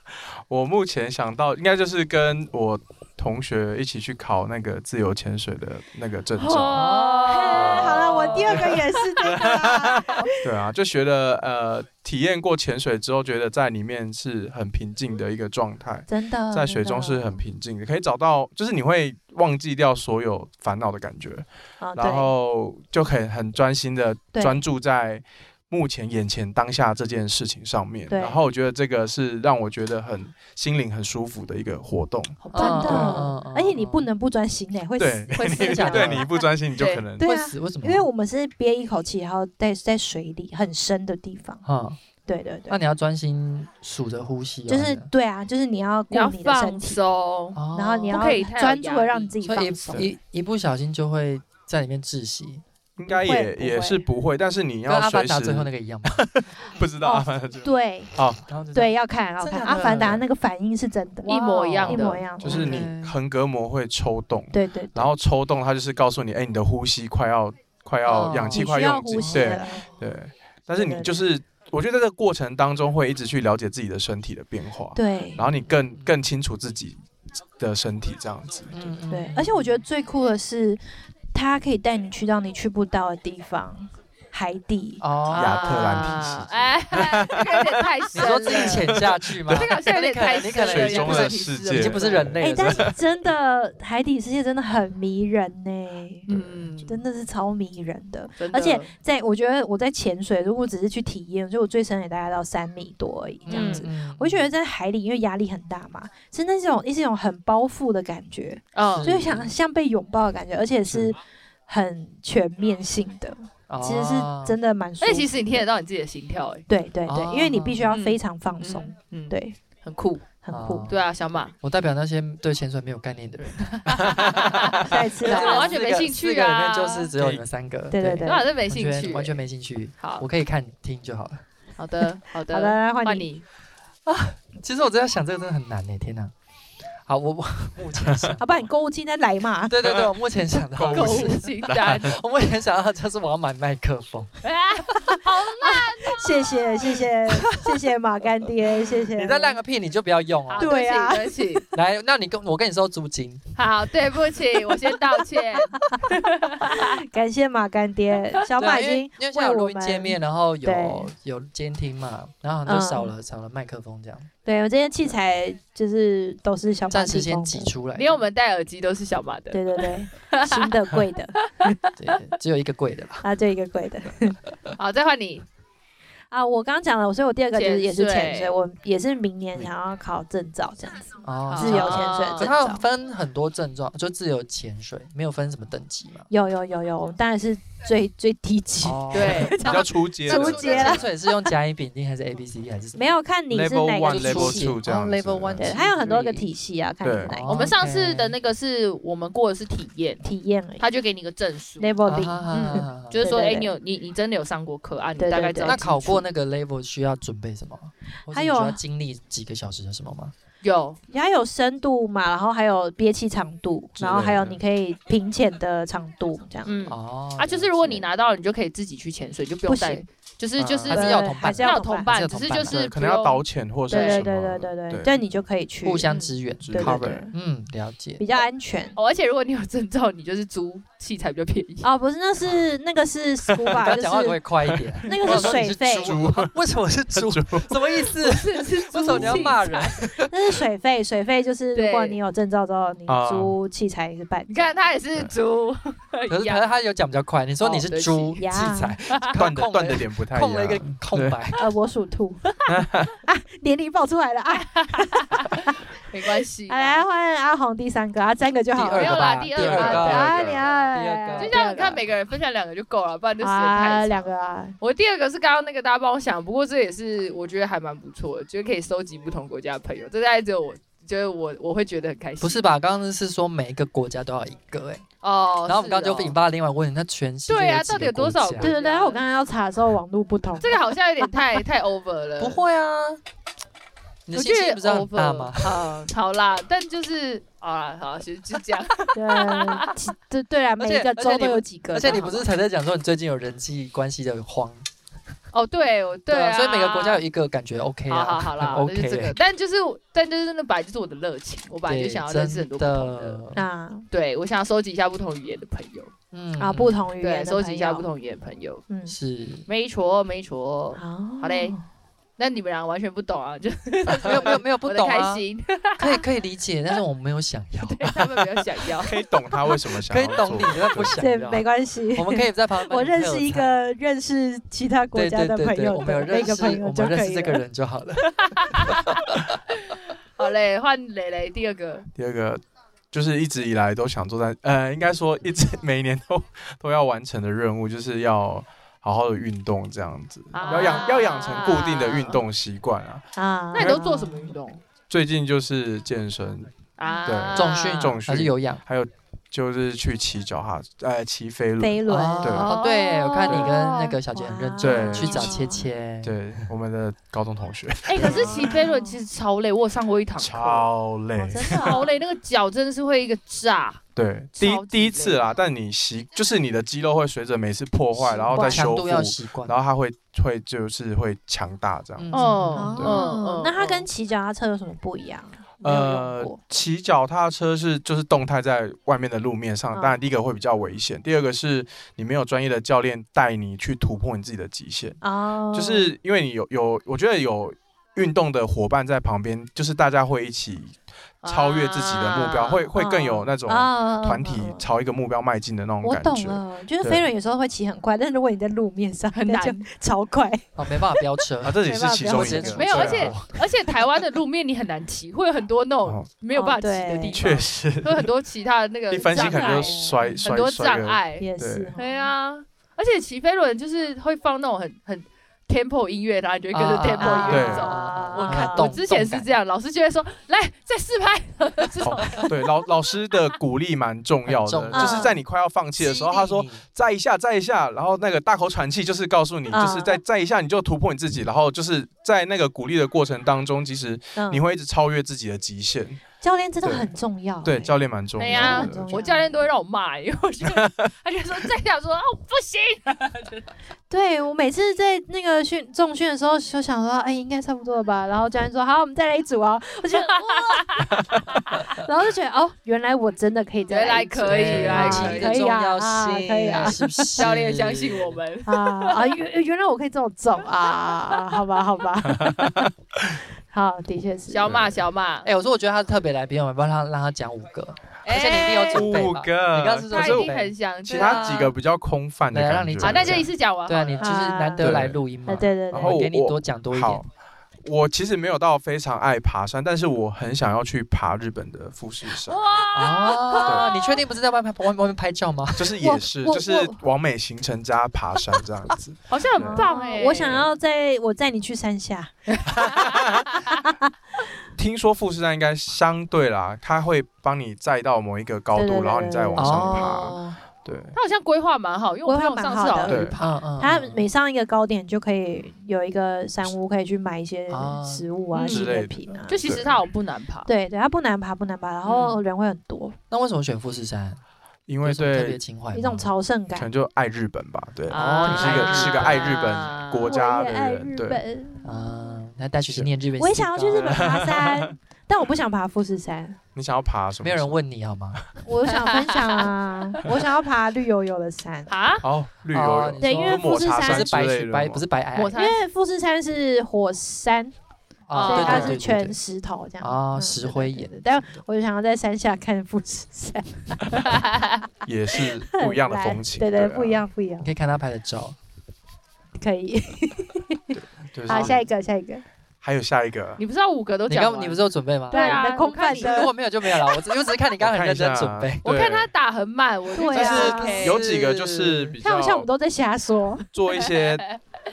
<laughs> 我目前想到应该就是跟我同学一起去考那个自由潜水的那个证哦照，哎好了，我第二个也是这个啦，对啊，就觉得呃，体验过潜水之后，觉得在里面是很平静的一个状态， <laughs> 真嗯的在水中是很平静的，可以找到，就是你会忘记掉所有烦恼的感觉，哦对然后就可以很专心的对专注在目前眼前当下这件事情上面。对然后我觉得这个是让我觉得很心灵很舒服的一个活动。好真棒嗯嗯的哦嗯嗯，而且你不能不专心哎，会对死，，会死真的假的对你不专心，你就可能对会啊，死为什么？因为我们是憋一口气，然后在在水里很深的地方，啊，对对对那，你要专心数着呼吸哦，就是真的对啊，就是你要你要顾你的身放体，松，哦然后你不要可以太有专注压的让力你自己所放以松。一一一不小心就会在里面窒息，应该不会也不也会是不会，但是你跟要阿随凡时达最后那个一样吗？不知道哦阿凡达最后对好，然后就这对，样，要看要真看《的阿凡达假》的那个反应是真的，一模一样一的模一样的，就是你 OK 横膈膜会抽动，对对，对然后抽动它就是告诉你，哎，你的呼吸快要快要哦氧气你快需要用尽呼，吸对了，对，但是对你对就是我觉得这个过程当中会一直去了解自己的身体的变化，对然后你更更清楚自己的身体这样 <laughs> 子，嗯嗯对，而且我觉得最酷的是，它可以带你去到你去不到的地方，海底。哎哦，亚特兰提斯啊哎，这个有点太你深说了。自己潜下去吗？这个好像有点太你深可能了，水中的世界已经不是人哎、类但了，是真的海底世界真的很迷人呢、嗯，真的是超迷人的。真的而且在我觉得我在潜水，如果只是去体验，所以我最深也大概到三米多而已这样子。嗯我就觉得在海里，因为压力很大嘛，是那种一种很包覆的感觉，嗯所以想像被拥抱的感觉，而且是很全面性的，啊其实是哦真的蛮舒而服且的。其实你听得到你自己的心跳，哎，对对啊对，因为你必须要嗯非常放松，嗯，，对，很酷，很酷哦。对啊，小马，我代表那些对潜水没有概念的人，嗯再次对来啊，我完全没兴趣啊四个里面就是只有你们三个，对对对那我真啊没没兴趣，完全没兴趣。好我，可以看听就好了。好的，好好的，的，来换换你。你，其实我真的想这个真的很难呢，欸天哪！好，我我 <laughs> 目前想，好，不然你购物清单来嘛。 <laughs> 对对对，我目前想到购购物是物清单， <laughs> 我目前想到就是我要买麦克 <laughs> 风。啊谢谢谢 <laughs> 谢谢谢马干爹，谢谢。你再烂个屁，你就不要用好哦。对啊对不起，对不起，来，那你跟我跟你收租金，好，对不起，我先道 <laughs> 歉，感谢马干爹，小 <laughs> 对啊马已因经为因为现在为有我录音们界面，然后有对有监听嘛，然后好像就嗯少了少了麦克风这样，对我这些器材就是都是小马暂时提供先的挤出来。连我们戴耳机都是小马的，对对对，新的贵 <laughs> 的，对，只有一个贵的 <laughs> 啦。啊，就一个贵的好，再换你，啊。我刚刚讲了，所以我第二个就是也是潜潜水水，我也是明年想要考证照这样子，哦自由好潜水哦证它有照。分很多症状，就自由潜水没有分什么等级 <laughs> 嘛。有有有有，我们当然是最最低级，哦对，比较出街的，初阶啦 <laughs> 潜水是用甲乙丙丁还是 A B C D 还是什么？没有看你是 level 哪 one 个 level 体系 two 这样子 level one 对，还有很多个体系啊，看你对是哪一哦个我们上次的那个是我们过的是体验，体验而已。他就给你个证书， Level 啊零，哈哈哈哈就是说，对对哎，对你有你你真的有上过课啊？你对对大概知对道那考基础过那个 level 需要准备什么？或是还你有需啊要经历几个小时的什么吗？有还有深度嘛，然后还有憋气长度，之类的然后还有你可以平潜的长度，这样。嗯哦啊，就是如果你拿拿到了，你就可以自己去潜水，就不用不带行，就是就是啊还是要有对同伴还是要要有同同伴，还只是是有就同伴是可不能要用导潜或者对是什对么对对对对，对但你就可以去互相支援之对对 cover，对嗯，了解。比较安全。哦，而且如果你有证照，你就是租器材比较便宜。哦，不是，那是那个是你 scuba，刚就讲话可 <laughs> 不可以是快一点？啊 <laughs> 那个是水费，猪，啊为什么是猪？什么意思？是 <laughs> 是为什么你要骂人？那是水费，水费就是如果对你有证照之后，你啊租器材也是半价。你看他也是租， <laughs> 可是一样可是他有讲比较快，你说你是哦对不起猪器呀材，断的空断的点不太一空了一个样。空白。呃，我属兔啊，年龄爆出来了啊！没关系好，。来换阿红第三个，啊，三个就好 <laughs> 第二了。个吧，没第有啦二啊，你第二个个，第二个啊，第就二像你看，每个人分享两个就够了，不然就时间啊，太两长。个啊，我第二个是刚刚那个大家帮我想，不过这也是我觉得还蛮不错的，就是可以收集不同国家的朋友。这大概只有我，就是我我会觉得很开心。不是吧？刚刚是说每一个国家都要一个哎，哦，然后我们刚刚是哦就引发了另外一个问题，那全世界对啊几个到底有多少国家对对对，然后我刚刚要查的时候网络不同，这个好像有点太太 over 了。不，会啊，你的我信觉心得不是很 over 大吗？？嗯，好啦，但就是好啦，好啦，其实就这样。对其对对啊，每一个而且州都有几个， <laughs> 而且你不是才在讲说你最近有人际关系的慌，哦，对，我对啊，啊，所以每个国家有一个感觉 OK 好好啊，好很 <laughs> 啦，那就 OK 这个欸，，但就是但就是那本来就是我的热情，我本来就对想要认识很多真不同的，好啊对我想要收集一下不同语言的朋友，嗯啊，不同语对，言，收集一下不，同语言的朋友，嗯，哦是没错没错。好，好嘞，那你们俩完全不懂啊，就没有没有没有不我的懂开啊，心， <laughs> 可以可以理解，但是我没有想要，他们没有想要。可以懂他为什么想可以要懂你，做但不想这要。没关系 <laughs> 我。们可以在旁边帮我哦你认喝识一 <laughs> 彩。个认识其他国对家对的对朋对，友我们有的那认识，个朋友我就们认可识以这个了。人就好了。好嘞，换蕾蕾第二个，第二个就是一直以 <laughs> 来都想做在，呃，应该说一直每年都都要完成的任务，就是要好好的运动这样子，啊要养要养成固定的运动习惯啊。啊那你都做什么运动最近就是健身，啊？对重训重训还是有氧？还有就是去骑脚踏，呃，骑飞飞轮。轮？对哦，对，我看你跟那个小姐很认真，对去找切切。对，我们的高中同学哎、可是骑飞轮其实超累，我有上过一堂课，超累哦，真 <laughs> 的超哦累，那个脚真的是会一个炸。对，第超一级第一次累啦，但你习就是你的肌肉会随着每次破坏，然后再强修度复，要习惯。然后它会会就是会强大这样。嗯哦对哦嗯，那它跟骑脚踏车有什么不一样啊？没有呃用过，骑脚踏车是就是动态在外面的路面上，嗯当然第一个会比较危险，第二个是你没有专业的教练带你去突破你自己的极限，哦，就是因为你有有，我觉得有运动的伙伴在旁边，就是大家会一起超越自己的目标，嗯啊会会更有那种啊团团体嗯朝一个目标迈进的那种哦我感懂觉。了，就是对飞轮有时候会骑很快，但是如果你在路面上，很那难就超 <laughs> 快。哦，没办法飙车啊，。这也是其中一没办法不要直接个，出没有，对啊而且而且台湾的路面你很难骑，会有很多那种哦没有办法骑的哦对地确方，实 <laughs> 会有很多其他的那个一翻新障可能碍就摔很摔多摔障个碍。也是哦哦对，对，啊，而且骑飞轮就是会放那种很很 tempo 音乐，然后你就会跟着啊 tempo 音对乐走。我啊看动我之前是这样，老师就会说来再试拍， <laughs> 这种哦，对，老老师的鼓励蛮重要的，嗯很重嗯就是在你快要放弃的时候，他说激励你再一下，再一下，然后那个大口喘气，就是告诉你，嗯就是再再一下，你就突破你自己，然后就是在那个鼓励的过程当中，其实嗯你会一直超越自己的极限。教练真的对很重要欸。对，教练蛮重对要呀很重的要。我教练都会让我骂，因为 <laughs> 我觉得他就 <laughs> 说再这样说哦不行，对我每次在那个训重训的时候，就想说，哎，应该差不多了吧。然后教练说，好，我们再来一组哦。我觉得， <laughs> 哇然后就觉得，哦，原来我真的可以再原来来一组可以，原来啊可可以以。啊啊可以啊是不是？ <laughs> 教练相信我们。啊啊！原原来我可以这么重啊啊！好吧，好 <laughs> 吧，好，的确是。小马，小马，哎、我说我觉得他是特别来宾，我们不要让让他讲五个，而且你一定有准备五吧？你刚个刚是，说哎他是一我定很想。啊其他几个比较空泛的对啊感让你觉。好，讲那就一次讲完。对啊，你就是难得来录音嘛哎，，对对然对后，哦我我给你多讲多一点好。我其实没有到非常爱爬山，但是我很想要去爬日本的富士山，啊！你确定不是在外面外外面拍照吗？就是也是我就是完美行程加爬山这样子。 <laughs> 好像很棒啊哎。我 <laughs> 想要在我载你去山下，听说富士山应该相对啦，它会帮你载到某一个高对对度，对然后你再往上爬。哦，对，他好像规划蛮好，因为我规朋划友上蛮次好的好像有对去爬 <laughs> 嗯嗯，它每上一个高点就可以有一个山屋，可以去买一些啊食物啊、嗯纪之类念的品啊。就其实他好像不难爬。对对，它不难爬，不难爬，然后人会很多，那为什么选富士山？因因为特别对，情怀吗，一种朝圣可能感。就爱日本吧。对，啊哦哎你是一个是个爱日本国家我的也爱人，日对，本，啊，那带去念日本，我也想要去日本，爬山，但我不想爬富士山，你想要爬什么？没有人。问你好吗？ <laughs> 啊我想分享啊， <laughs> 我想要爬绿油油的 <laughs> 山。啊，哦，绿哦油你油，对，因为抹富士茶不山是山白之类雪的白，吗不是白矮我因才为富士山是火山，啊，所以对它对是对对全对石头这样。啊嗯石对对灰对岩对但我就想要在山下看富士山，也是不一样的很风蓝情。对对，啊不一。样，不一样你，可以看他拍的照。可以。啊就是好，下一个，下一个。还有下一个，你不知道五个都你讲刚完你不是有准备吗？对对 <laughs> 你啊的空泛你如的果没有就没有了，我只我只是看你刚刚很认真准备。我看对他打很慢，我就对啊觉得但 OK 是有几个就是比看较不像我们都在瞎说做 <laughs> 一 <laughs> 些，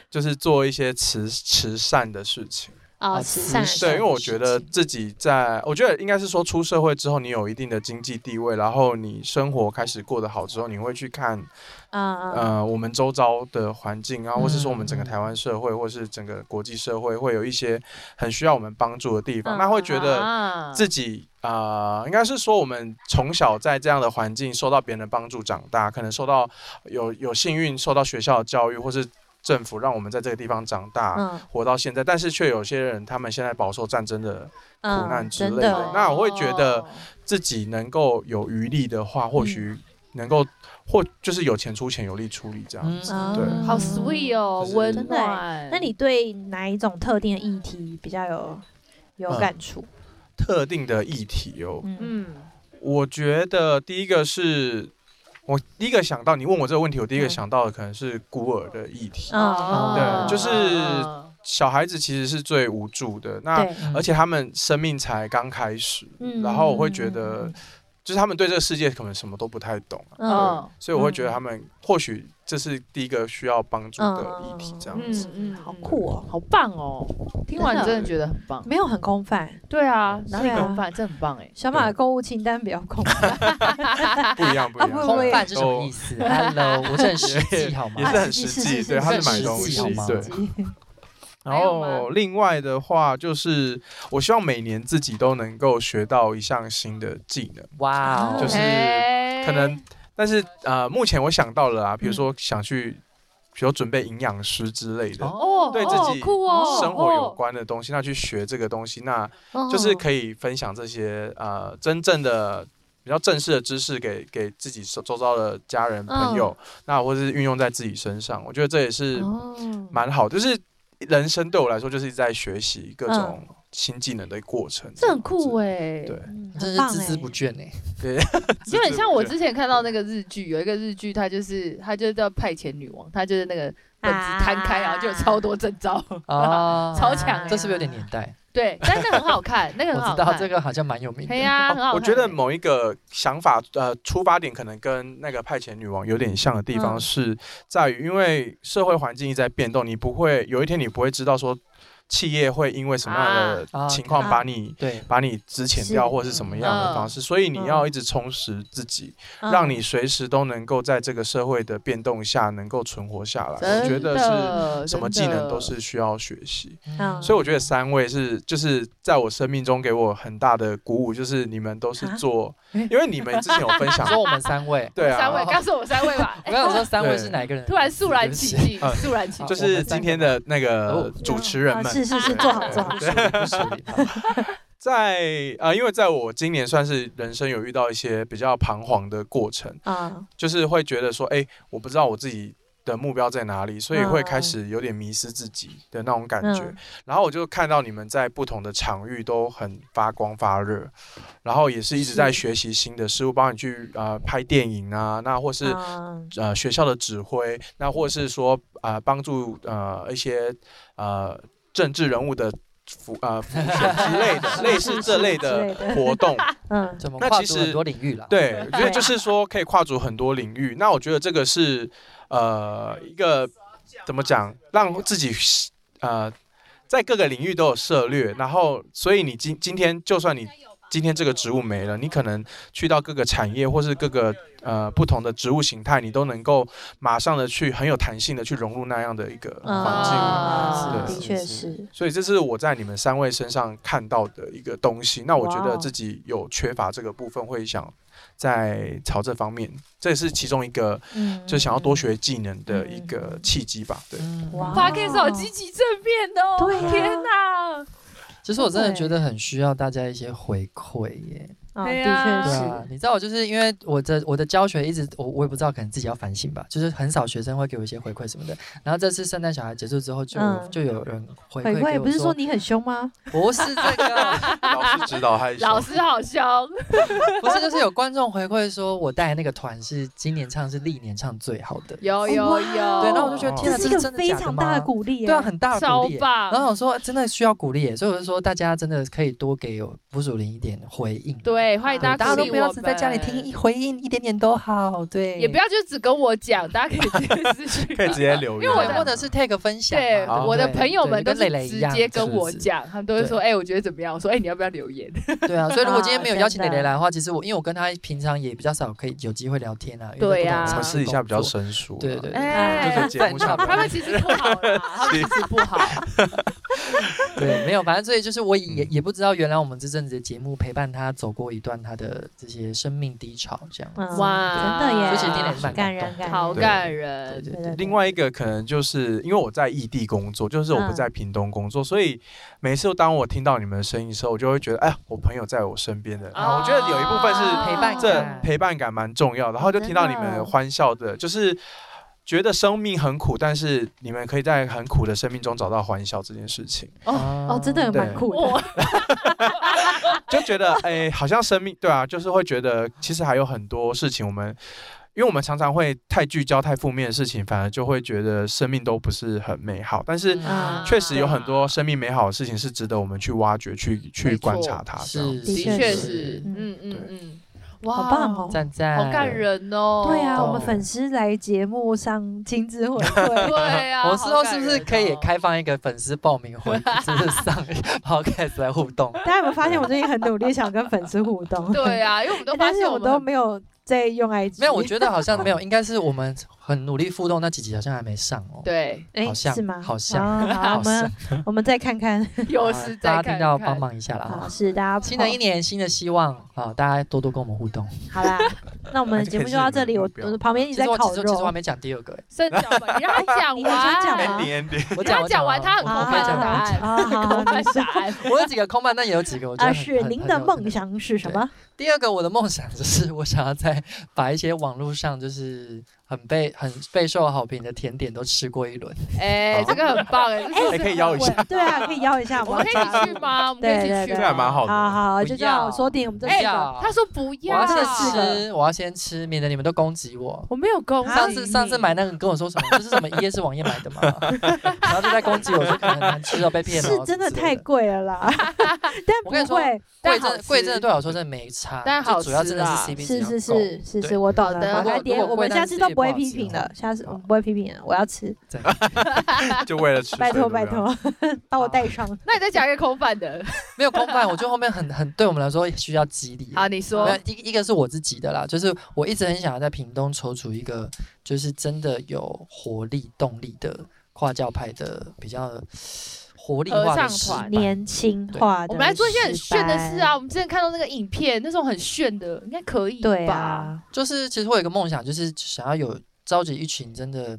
就是做一些慈慈善的事情。啊，啊慈慈善善对，因为我事觉得情自己在，我觉得应该是说出社会之后，你有一定的经济地位，然后你生活开始过得好之后，你会去看啊啊呃我们周遭的环境啊，或是说我们整个嗯台湾社会，或是整个国际社会，会有一些很需要我们帮助的地嗯方，那会觉得啊自己啊、呃应该是说我们从小在这样的环境受到别人的帮助长大，可能受到有有幸运受到学校的教育，或是政府让我们在这个地方长大。嗯活到现在，但是却有些人他们现在饱受战争的，苦难嗯，之真类的的那我会觉得哦自己能够有余力的话，或嗯许能够、或就是有钱出钱，有力出力这嗯样。啊对好 sweet 哦嗯就，是温真的欸嗯暖。那你对哪一种特定的议题比较有有嗯感触？特定的议题哦，嗯嗯，我觉得第一个是我第一个想到你问我这个问题，我第一个嗯想到的可能是孤儿的议题。哦啊，对就是嗯小孩子其实是最无助的，那嗯对，而且他们生命才刚开始，嗯然后我会觉得。就是他们对这个世界可能什么都不太懂啊、嗯嗯所以我会觉得他们或许这是第一个需要帮助的议题，这样子。嗯嗯，好酷哦，好棒哦！听完真的觉得很棒。没有很空泛。对啊，是哪里啊空泛？这很棒哎。小马的购物清单比较空泛，嗯不一样，不 <laughs> 一啊不样。空会泛是什么意思？Hello，我是很实 <laughs> 际好哦也吗是？很是 <laughs> 实是际，是对，是他是是买实东际西好吗，对。然还有吗后另外的话就是，我希望每年自己都能够学到一项新的技能，哇哦，就是可可能，但是呃，目前我想到了嗯啊，比如说想去，比如准备营养师之类的。哦，哦 <laughs> 对自哦己酷哦，生活有哦关的东西，那去学这个东西，那嗯就是可以分享这些呃真正的比较正式的知识给给自己周周遭的家人朋嗯友，那或者是运用在自己身上，我觉得这也是哦蛮好，就是人生对我来说就是一直在学习各种新技能的过程，嗯这很酷哎，哎。对，嗯真很是棒孜哎孜不倦哎。就很像我之前看到那个日剧，有一个日剧，它就是它就是叫派遣女王，它就是那个本子啊摊开，然后就有超多征兆，哦，超强这是不是有点年代？ <laughs> 对，但是很好看，那个很我好知道看，啊这个好哦像蛮有名的对。呀，很哦好看。欸我觉得某一个想法，呃，出发点可能跟那个派遣女王有点像的地方嗯是在于，因为社会环境一直在变动，你不会有一天你不会知道说企业会因为什么样啊的情况啊把你对，把你之前是掉或是什么样的嗯方式，所以你嗯要一直充实自己，让你随时都能够在这个社会的变动下能够存活下来。我觉真得是的什么技能都是需要学习，嗯所以我觉得三位是就是在我生命中给我很大的鼓舞，就是你们都是啊做，因为你们之前有分享 <laughs> 说，我们三位，对三位，啊，告诉我三位吧。我刚想说三位对是哪一个人？突然肃然起对不敬，起，肃然起啊敬就。我是们三今天的那个哦主持人啊们，是是 <laughs> 是，对做好对做好不。是不是 <laughs> 不是在啊，因为在我今年算是人生有遇到一些比较彷徨的过程。啊，就是会觉得说，哎、我不知道我自己的目标在哪里，所以会开始有点迷失自己的那种感觉。嗯然后我就看到你们在不同的场域都很发光发热，然后也是一直在学习新的事物，帮你去呃拍电影啊，那或是。嗯 <laughs> 呃，学校的指挥，那或是说，呃，帮助呃一些呃政治人物的辅呃辅选之类 <laughs> 的，类似这类的之类的活动，嗯怎么那跨其足实很多领域了？对，我觉得对就是说可以跨足很多领域。那我觉得这个是呃一个怎么讲，让自己呃在各个领域都有涉略，然后所以你今今天就算你今天这个职务没了，你可能去到各个产业或是各个呃不同的职务形态，你都能够马上的去很有弹性的去融入那样的一个环境。啊，对的确是，所以这是我在你们三位身上看到的一个东西。那我觉哇哦得自己有缺乏这个部分，会想在朝这方面，这也是其中一个嗯，就想要多学技能的一个契机吧。 <laughs> 对，嗯哇 p o d c a s 好积极正面的哦！对啊天哪，其实我真的觉得很需要大家一些回馈耶。啊，的对啊确对是，啊，你知道我就是因为我的我的教学一直我我也不知道，可能自己要反省吧，就是很少学生会给我一些回馈什么的。然后这次圣诞小孩结束之后就有，嗯就有人回回馈给馈我不是说你很凶吗？不是这个，老师指导害羞，老师好凶， <laughs> 不是就是有观众回馈说我带的那个团是今年唱是历年唱最好的。有有哇有，哦对，然后我就觉得哦天这啊，是一个个非常大的鼓励耶，对啊，很大的超鼓励耶。棒，然后我说真的需要鼓励耶，所以我就说大家真的可以多给布属林一点回应。对，欢迎对，大大家大家鼓都励不要我只在家里们听一回应一点点都好，哎对，也不要就只跟我讲，大家可以直接私 <laughs> 讯可以直接留言，因为我对的或者是 take 分享嘛，对，不我的哦对朋友对们就都跟是蕾蕾一直样接跟是不我是讲，他们都会对说：“哎，我觉得怎么样？”我说：“哎，你要不要留言对啊，所以如果今天没有邀请啊蕾真的蕾来的话，其实我因为我跟她平常也比较少可以有机会聊天啊，因为都对不同啊场尝合试一下比较工作。生疏啊。对对？”对哎就在哎，节目上不要 <laughs> 他们其实不好 <laughs> 啦，他们其实不好。对，没有，反正所以就是我也也不知道，原来我们这阵子的节目陪伴她走过一段她的这些生命低潮，这样。嗯哇真的耶，所以其实听了也是蛮感感人动的感人，好感人，对嗯对对对对，另外一个可能就是因为我在异地工作，就是我不嗯在屏东工作，所以每次当我听到你们的声音的时候，我就会觉得，哎，我朋友在我身边的。啊，我觉得有一部分是哦陪伴这感陪伴感蛮重要的，然后就听到你哎真的们欢笑的，就是觉得生命很苦，但是你们可以在很苦的生命中找到欢笑这件事 <laughs> 情，哦，真的对蛮酷的，我就觉得哎、好像生命对啊，就是会觉得其实还有很多事情我们。因为我们常常会太聚焦、太负面的事情，反而就会觉得生命都不是很美好。但是嗯啊确实有很多生命美好的事情是值得我们去挖掘、去去观察它。这样是的的确确是是，嗯嗯嗯对嗯。哇，好棒哦赞赞，好感。人哦。对啊，我们懂粉丝来节目上亲自回馈， <laughs> 对啊，我事后是不是可以开？开放一个粉丝报名会，就是上 podcast 来互动？大家有没有发现我最近很努力想跟粉丝互动？哎 <laughs> 对啊，因为我们都发但是现我们都没有在用 IG，没有，我觉得好像没有，应该是我们很努力互动那几集好像还没上哦。，对哎好像是吗？好像哦好，我好像们我们再看看。有时啊再看大家听看到帮。忙一下啦。好，哈是大家新的一年，新的希望啊！大家多多跟我们互动。好啦，那我们的节目就到这里。我我旁边一其直在实我烤其实其实我还肉，没讲第二个欸，剩讲完，你让他讲你完，还想讲吗 ending ending， <laughs> 我你让讲他啊讲完，他很我空讲完泛的答啊案，好好 <laughs> 好空泛你说答案。我有几个空白，但也有几个我觉得啊，很是很您很的有梦那个想是什么？第二个，我的梦想就是我想要在把一些网络上就是很被很备受好评的甜点都吃过一轮。哎，这个很棒哎，这哎个可以邀一下很稳对啊，可以邀一下我吗们？可以去吗？我们可对以对一对，起去这还吗？蛮好的啊好好，就不这样要锁定我们这哎四个。他说不我要要先这四个吃，我要先吃，免得你们都攻击我。我没有攻击你。上次上次买那个，你跟我说什么？这是什么一页是网页买的 <laughs> 嘛？然后就在攻击我说可能很难吃哦，被骗了是哦。真的之类太贵了啦，我 <laughs> 但不跟你说会，贵，但好真吃贵真的对我来说真的没差，但就好主要真的是吃啦啊 CP 值是要是够是是是，对我懂好的了。如我果点，如我果们贵下但次是都也不会不好批吃评哦了，下次我好们不会批评了。我要吃，就为了吃，拜托拜。托， <laughs> 把我带上。那你再讲一个空泛的。没有空泛，我觉得后面很很对我们来说需要激励。好，你说没有，一一个是我自己的啦，就是我一直很想要在屏东筹组一个，就是真的有活力、动力的跨教派的比较活力化的合唱诗团班。年轻对化的，我们来做一些很炫的事啊！。我们之前看到那个影片，那种很炫的，应该可以对吧？啊，就是其实我有一个梦想，就是想要有召集一群真的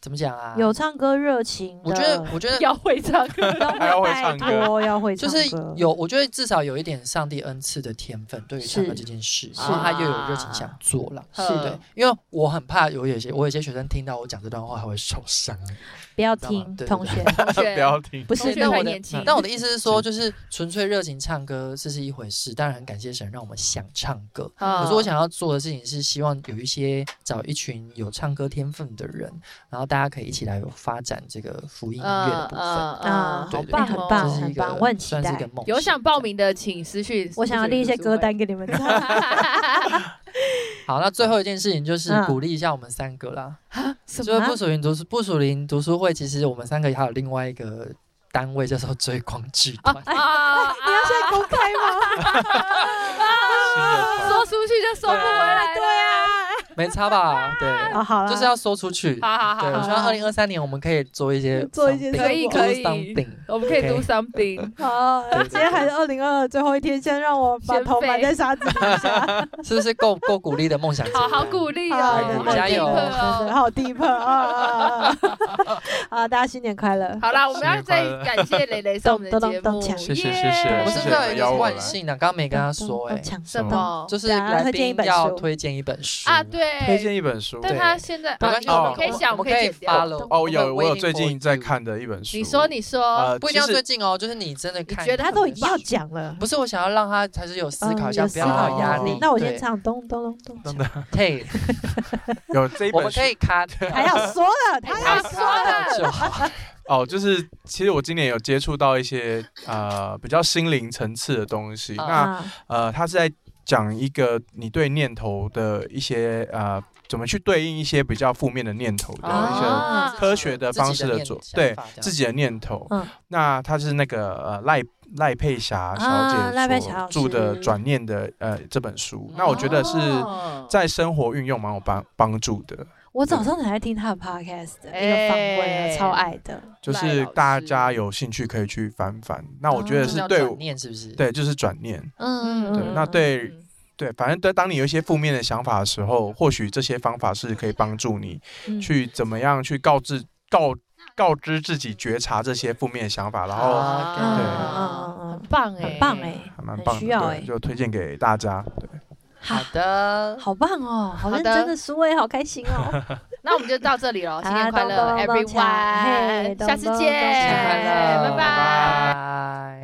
怎么讲啊？有，唱歌热情的，我觉得，我觉得要会唱歌， <laughs> 都还要会拜唱歌托要会就唱是歌，有，我觉得至少有一点上帝恩赐的天分，对于唱歌是这件事，是然后他又有啊热情想做了。是的对，因为我很怕有有些我有些学生听到我讲这段话，他会受伤。嗯不要知道吗听对对同对学， <laughs> 不要听，不同是学那太我年轻但我的意思是说，就是纯粹热情唱歌，这是一回事。当然很感谢神让我们想唱歌。可可嗯是我想要做的事情是，希望有一些找一群有唱歌天分的人，然后大家可以一起来发展这个福音音乐的部分。啊对好对棒很对这棒是一很个棒，我很期算是一待个。梦想。有想报名的，请私讯。我想要列一些歌。单给 <laughs> 你们唱，好，那最后一件事情就是嗯鼓励一下我们三个啦。什就是么不属于读书不属于读书会，其实我们三个还有另外一个单位叫做追光剧团。啊！你要现在公开 <laughs> 吗？说出去就收不回来。对啊， <laughs> 没差吧？对，啊好了，就是要说出去。好好对，我好希觉得好，望二零二三年我们可以做一些做一些 something，可以可以 do something 我们可以 do OK something。好，对对今天还是二零二二最后一天，先让我把先头飞埋在沙子 <laughs> 啊底下。是不是够够鼓励的梦想？好好鼓励好对哦，对哎加油好真的哦。好 deep 啊啊啊啊！ <laughs> 啊，大家新年快乐！好啦，我们要再感谢蕾蕾上我们的节目，谢谢耶谢谢我谢真谢的你们邀有我万来幸啊，刚刚没跟他说哎，抢什什么就是对啊来推荐一宾本要书推荐一本书啊？，对，推荐一本书。但他现在没关系，我我们们可以想，我我们们可以剪掉。 follow。哦，有我有 waiting 最 for 近在 you 看的一本书。你说，你说，呃，不一其定要最实近哦，就是你真的你看觉得你的他感觉，都已经要讲了，不是我想要让他还是有思考一嗯有下，不思要考有压一力下。那我对先唱咚咚咚咚锵，嘿，有 <laughs> 这一我本们书啊可以卡还要说了，他哎他说了，就好。哦，就是其实我今年有接触到一些呃比较心灵层次的东西。嗯啊那呃，他是在讲一个你对念头的一些呃怎么去对应一些比较负面的念头的一些哦科学的方式的做对自己己的念头。嗯那他是那个呃赖赖佩霞小啊赖佩姐霞老所师著的《转念的》呃这本书，那我觉得是嗯哦在生活运用蛮有帮帮助的，我早上才在听他的 podcast，一个哎访问啊，超爱的。就是大家有兴趣可以去翻翻。那我觉得就是是要对转我念是不是？，对就是转念，嗯，对那对对，反正对当你有一些负面的想法的时候，或许这些方法是可以帮助你嗯去怎么样去告知告告知自己觉察这些负面的想法，然后啊嗯对嗯嗯很棒哎，很棒哎，还蛮很棒需的，要对哎就推荐给大家。对。好的，好棒哦，好好认的真的书，我也好开心哦。那我们就到这里了，新年啊快咚乐咚咚锵嘿，everyone，下次咚咚咚锵见，新年快拜乐，拜。拜。